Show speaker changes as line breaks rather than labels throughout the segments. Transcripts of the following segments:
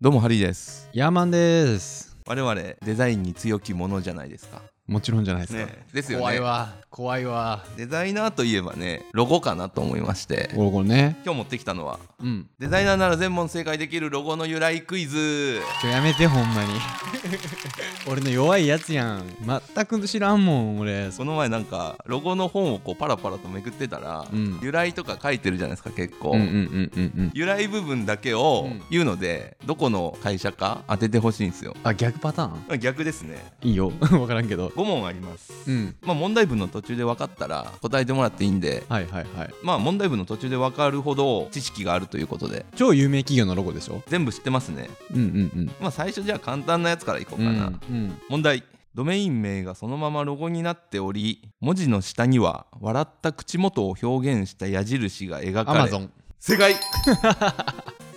どうもハリーです
ヤーマンです。
我々デザインに強きものじゃないですか
もちろんじゃないですか。
ですよね
怖いわ、怖いわ。
デザイナーといえばねロゴかなと思いまして
これこれね。
今日持ってきたのは
うん。
デザイナーなら全問正解できるロゴの由来クイズ
ちょやめてほん まに。俺の弱いやつやん。全く知らんもん俺。
この前なんかロゴの本をこうパラパラとめくってたら、
うん
由来とか書いてるじゃないですか結構、
うんうんうんうんうん。
由来部分だけを
うん
言うので、どこの会社か当ててほしいんですよ
あ逆パターン？
まあ逆ですね
いいよ。 わからんけど。
5問あります、
うん。
まあ、問題文の途中で分かったら答えてもらっていいんで
はいはいはい。
まあ問題文の途中で分かるほど知識があるということで
超有名企業のロゴでしょ？
全部知ってますね
うんうん
まあ最初じゃあ簡単なやつからいこう
うん。
かな、
うん。
問題ドメイン名がそのままロゴになっており文字の下には笑った口元を表現した矢印が描か
ア
れ
マゾン。
正解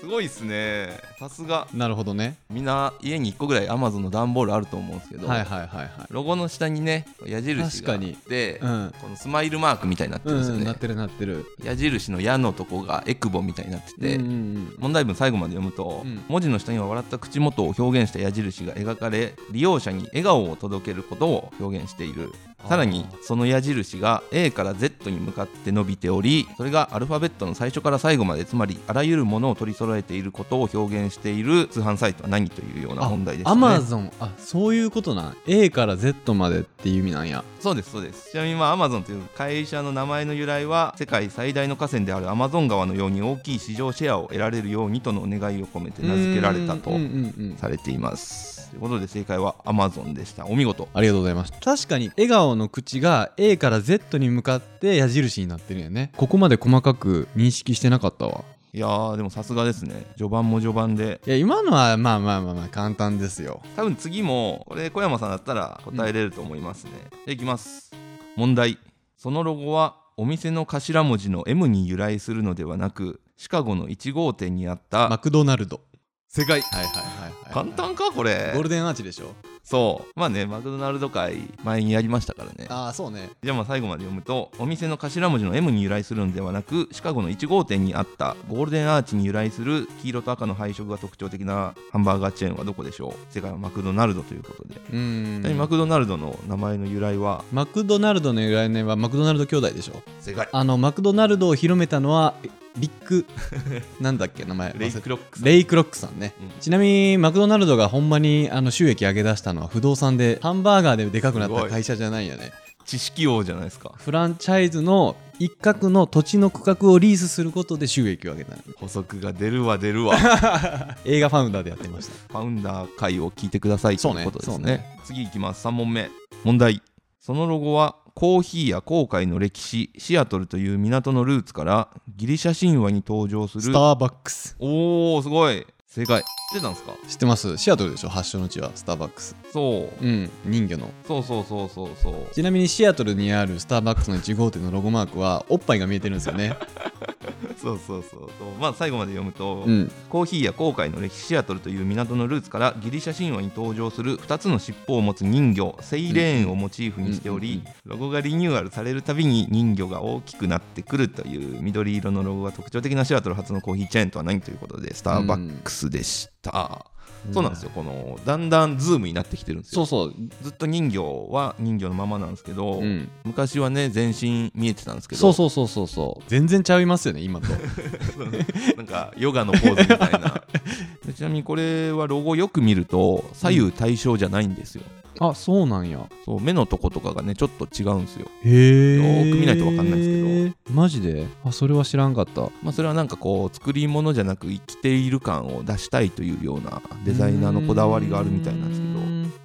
すごいっすねさすが
なるほどね。
みんな家に1個ぐらいアマゾンの段ボールあると思うんですけど、
はいはいはいはい。
ロゴの下にね矢印があっ
確かに
て、
うん。
このスマイルマークみたいになってるんです
う
よ
ん、
ね、
なってるなってる。
矢印の矢のとこがエクボみたいになってて、
うんうん
問題文最後まで読むと、
うん
文字の下には笑った口元を表現した矢印が描かれ利用者に笑顔を届けることを表現している
あー
さらにその矢印が A から Z に向かって伸びておりそれがアルファベットの最初から最後までつまりあらゆるものを取り揃えていることを表現している通販サイトは何というような問題でした
ア
ね
マゾンあそういうことなん A から Z までっていう意味なんや
そうですそうですちなみにまあアマゾンという会社の名前の由来は世界最大の河川であるアマゾン川のように大きい市場シェアを得られるようにとのお願いを込めて名付けられたと
うんうんうん
されていますということで正解は Amazon でしたお見事
ありがとうございます確かに笑顔の口が A から Z に向かって矢印になってるんやねここまで細かく認識してなかったわ
いやーでもさすがですね序盤も序盤で
いや今のはまあまあまあまあ簡単ですよ
多分次もこれ小山さんだったら答えれると思いますね、でいきます問題そのロゴはお店の頭文字の M に由来するのではなくシカゴの1号店にあった、
マクドナルド
正解
はいはいはいはい
簡単かこれ
ゴールデンアーチでしょ
そうまあねマクドナルド会前にやりましたからね
ああそうね
じゃあまあ最後まで読むとお店の頭文字の M に由来するのではなくシカゴの1号店にあったゴールデンアーチに由来する黄色と赤の配色が特徴的なハンバーガーチェーンはどこでしょう世界はマクドナルドということで、
うーん
ちなみにマクドナルドの名前の由来は
マクドナルドの由来はマクドナルド兄弟でしょ
世界
あのマクドナルドを広めたのはえビッ グなんだっけ名前
レイ
忘れた
クロックさん
レイクロックさんね、
うん
ちなみにマクドナルドがほんまにあの収益上げ出したのは不動産でハンバーガーででかくなっ
すご
た
い
会社じゃないよね
知識王じゃないですか
フランチャイズの一角の土地の区画をリースすることで収益を上げたの
補足が出るわ出るわ
映画ファウンダーでやってました
ファウンダー会を聞いてください
そ
と
う
い
ね
うことです
そう
ね
ね
次いきます3問目問題そのロゴはコーヒーや航海の歴史シアトルという港のルーツからギリシャ神話に登場す
ス
る
ターバックス
おおすごい正解知ってたんですか
知ってますシアトルでしょ発祥の地はスターバックス
そう
うん人魚の
そうそうそうそうそう
ちなみにシアトルにあるスターバックスの1号店のロゴマークはおっぱいが見えてるんですよ ね
そうそうそうそうまあ最後まで読むと、
うん
コーヒーや航海の歴史シアトルという港のルーツからギリシャ神話に登場する2つの尻尾を持つ人魚セイレーンをモチーフにしており、ロゴがリニューアルされるたびに人魚が大きくなってくるという緑色のロゴが特徴的なシアトル発のコーヒーチェーンとは何ということでスターバックスでした、そうなんですよこのだんだんズームになってきてるんです
そ
よ
うそう
ずっと人魚は人魚のままなんですけど、
うん
昔はね全身見えてたんですけど
そうそうそうそうそう全然ちゃいますよ ね今と
なんかヨガのポーズみたいな でちなみにこれはロゴよく見ると左右対称じゃないんですよ、
あそうなんや
そう目のとことかがねちょっと違うんですよ
へえ
よーく見ないとわかんないです
けどマジであそれは知らんかった
まあそれはなんかこう作り物じゃなく生きている感を出したいというようなデザイナーのこだわりがあるみたいなんですけど
ど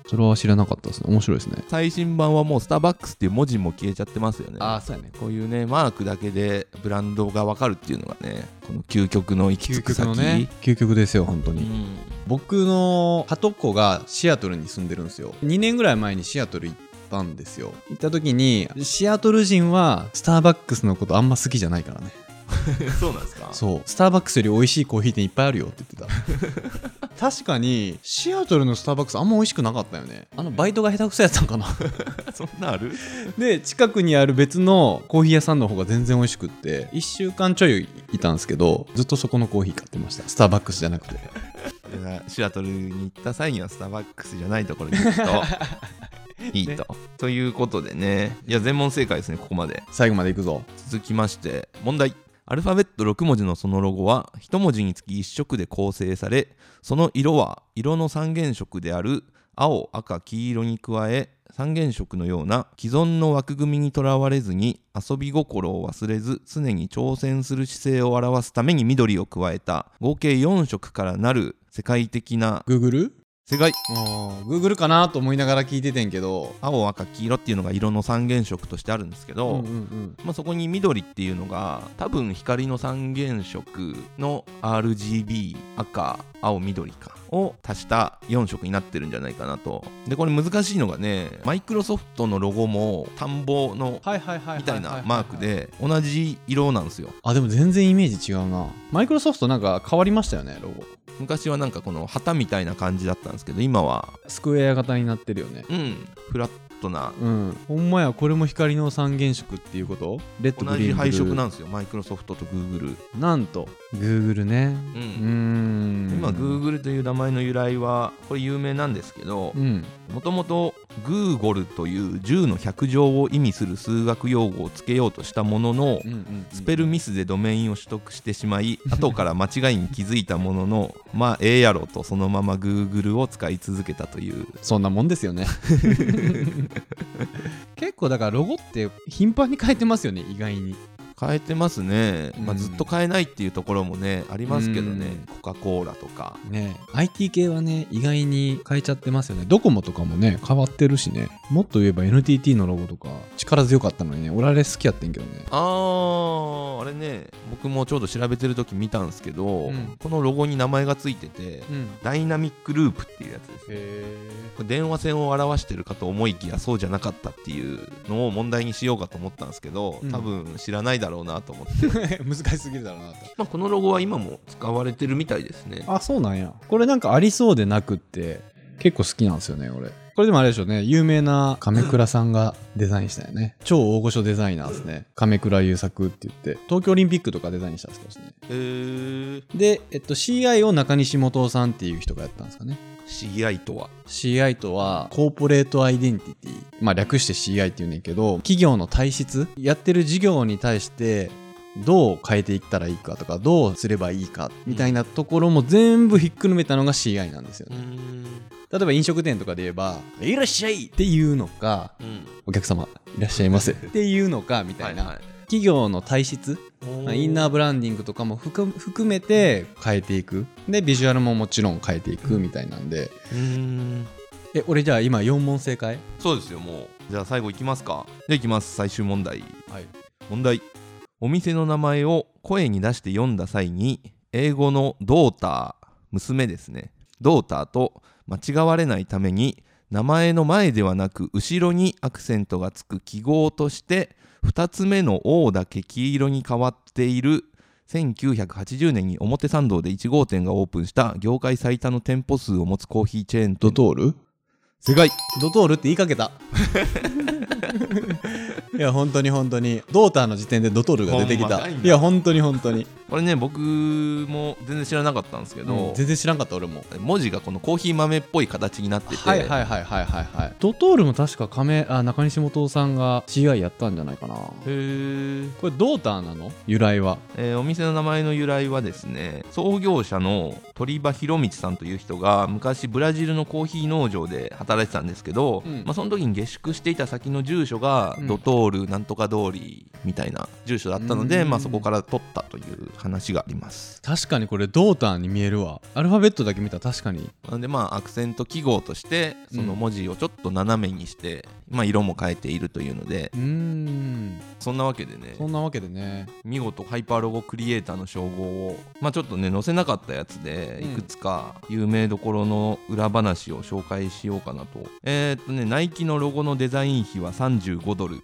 それは知らなかったですね面白いですね
最新版はもうスターバックスっていう文字も消えちゃってますよね
あそうやね
こういうねマークだけでブランドがわかるっていうのがねこの究極の行き
究
着く
極
先
のね究極ですよ本当
う
に、
ん
僕のはとこがシアトルに住んでるんですよ2年ぐらい前にシアトル行ったんですよ行った時にシアトル人はスターバックスのことあんま好きじゃないからね
そうなんですか
そうスターバックスより美味しいコーヒー店いっぱいあるよって言って た確かにシアトルのスターバックスあんま美味しくなかったよねあのバイトが下手くそやったんかな
そんなある
で近くにある別のコーヒー屋さんの方が全然美味しくって1週間ちょいいたんですけどずっとそこのコーヒー買ってましたスターバックスじゃなくて
だからシアトルに行った際にはスターバックスじゃないところに行くといいと、ということでねいや全問正解ですねここまで
最後までいくぞ
続きまして問題アルファベット6文字のそのロゴは1文字につき1色で構成されその色は色の三原色である青赤黄色に加え三原色のような既存の枠組みにとらわれずに遊び心を忘れず常に挑戦する姿勢を表すために緑を加えた合計4色からなる世界的な
Google?
世界
あー Google かなと思いながら聞いててんけど
青赤黄色っていうのが色の三原色としてあるんですけど、
うんうん
まあ、そこに緑っていうのが多分光の三原色の RGB 赤青緑かを足した4色になってるんじゃないかなとでこれ難しいのがねマイクロソフトのロゴも田んぼの
はいはいはいはいはいはいはい
みたいなマークで同じ色なんですよ
あでも全然イメージ違うなマイクロソフトなんか変わりましたよねロゴ
昔はなんかこの旗みたいな感じだったんですけど今は
スクエア型になってるよね
うんフラットな
うんほんまやこれも光の三原色っていうことレッド
同
グリ
じ
ーンブルー
配色なんですよマイクロソフトとグーグル
なんと Google ね
うん
うーん
今 Google という名前の由来はこれ有名なんですけど、
うん
もともとグーゴルという10の100乗を意味する数学用語をつけようとしたものの
うんうん
スペルミスでドメインを取得してしま い後から間違いに気づいたもののまあええやろとそのまま Google を使い続けたという
そんなもんですよね 結構だからロゴって頻繁に変えてますよね意外に
変えてますね、ま
う
あ、
ん
ずっと変えないっていうところもねありますけどねコカ・コーラとか
ね IT 系はね意外に変えちゃってますよねドコモとかもね変わってるしねもっと言えば NTT のロゴとか力強かったのにね俺あれ好きやってんけどね
あーあれね僕もちょうど調べてる時見たんですけど、
うん
このロゴに名前がついてて、
うん
ダイナミックループっていうやつですこれ電話線を表してるかと思いきやそうじゃなかったっていうのを問題にしようかと思ったんですけど
うん
多分知らないだろうなと思って、
難しすぎるだろうなと
まあ、このロゴは今も使われてるみたいですね
あそうなんやこれなんかありそうでなくって結構好きなんですよね俺これでもあれでしょうね有名な亀倉さんがデザインしたよね超大御所デザイナーですね亀倉優作って言って東京オリンピックとかデザインした人ですね
へー
で、えっと、CI を中西元さんっていう人がやったんですかね
CI とは
CI とはコーポレートアイデンティティまあ略して CI って言うねんけど企業の体質やってる事業に対してどう変えていったらいいかとかどうすればいいかみたいなところも全部ひっくるめたのが CI なんですよね例えば飲食店とかで言えば「いらっしゃい!」っていうのか「お客様いらっしゃいま せ」っていうのかみたいな、企業の体質インナーブランディングとかも含含めて変えていくでビジュアルももちろん変えていくみたいなんで
ー
え俺じゃあ今4問正解
そうですよもうじゃあ最後いきますかじゃあいきます最終問題
はい
問題お店の名前を声に出して読んだ際に英語のドーター娘ですねドーターと間違われないために名前の前ではなく後ろにアクセントがつく記号として2つ目の「O」だけ黄色に変わっている1980年に表参道で1号店がオープンした業界最多の店舗数を持つコーヒーチェーンと
ドトール
世界
ドトールって言いかけたいや本当に本当にドーターの時点でドトールが出てき
ほんま
た
かいない
や本当に本当に、
これね僕も全然知らなかったんですけど、
うん全然知らんかった俺も
文字がこのコーヒー豆っぽい形になってて、
はいはいはいはいはいはいドトールも確か亀あ中西元さんが CI やったんじゃないかな
へー
これドーターなの由来は
えーお店の名前の由来はですね創業者の鳥羽博道さんという人が昔ブラジルのコーヒー農場で働いてたんですけど、
うん
まあ、その時に下宿していた先の住所が
うん
ドトールなんとか通りみたいな住所だったので、
うん
まあ、そこから取ったという話があります
確かにこれドーターに見えるわアルファベットだけ見たら確かに
なのでまあアクセント記号としてその
うん
文字をちょっと斜めにして、まあ、色も変えているというので
うーん
そんなわけでね
そんなわけでね
見事ハイパーロゴクリエイターの称号を、まあ、ちょっとね載せなかったやつで
う
い
ん
くつか有名どころの裏話を紹介しようかなと、えーっとねナイキのロゴのデザイン費は35ドル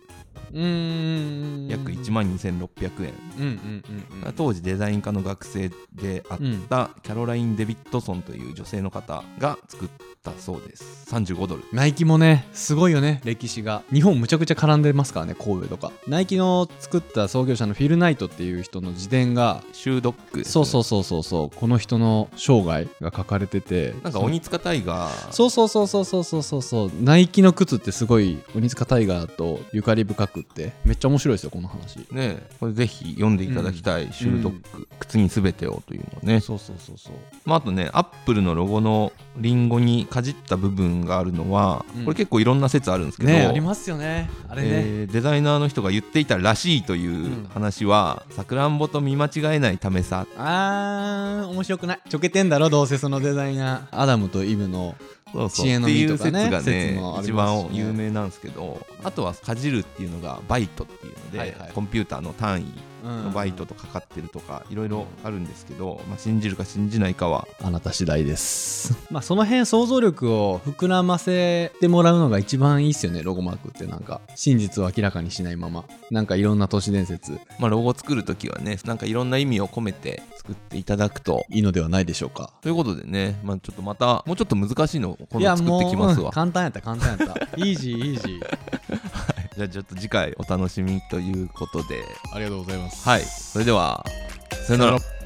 うーん
約1万2600円、
うんうんうんうん
当時デザイン科の学生であっ
うん
たキャロライン・デビッドソンという女性の方が作ったそうです35ドル
ナイキもねすごいよね歴史が日本むちゃくちゃ絡んでますからね神戸とかナイキの作った創業者のフィル・ナイトっていう人の自伝が
シュードックですね
そうそうそうそうそうこの人の生涯が書かれてて
なんか鬼塚大河
そうそうそうそうそうそうそうそうナイキの靴ってすごい鬼塚タイガーとゆかり深くってめっちゃ面白いですよこの話
ねえこれぜひ読んでいただきたい、シュードック、靴にすべてをというのね、
そうそうそうそう
まあ、あとねアップルのロゴのリンゴにかじった部分があるのは、
うん
これ結構いろんな説あるんですけど、
ねありますよねあれね、
えーデザイナーの人が言っていたらしいという話はさくらんぼと見間違えないためさ
あー面白くないちょけてんだろどうせそのデザイナーアダムとイブの
そうそう
知恵の実とかね
っていう説がね
説もあり
一
ますしね
番有名なんですけどあとはかじるっていうのがバイトっていうので、
はいはい
コンピューターの単位のバイト
うん
とかかってるとかいろいろあるんですけど、まあ、信じるか信じないかは
あなた次第ですまあその辺想像力を膨らませてもらうのが一番いいっすよねロゴマークってなんか真実を明らかにしないままなんかいろんな都市伝説
まあ、ロゴ作るときはねなんかいろんな意味を込めて作っていただくと。
いいのではないでしょうか
ということでね、まあ、ちょっとまたもうちょっと難しいのを今
い
度
や
作ってきます
もううん
わ。
簡単やった簡単や ったイージーイージー
じゃあちょっと次回お楽しみということで、
ありがとうございます
はい、それではさよなら。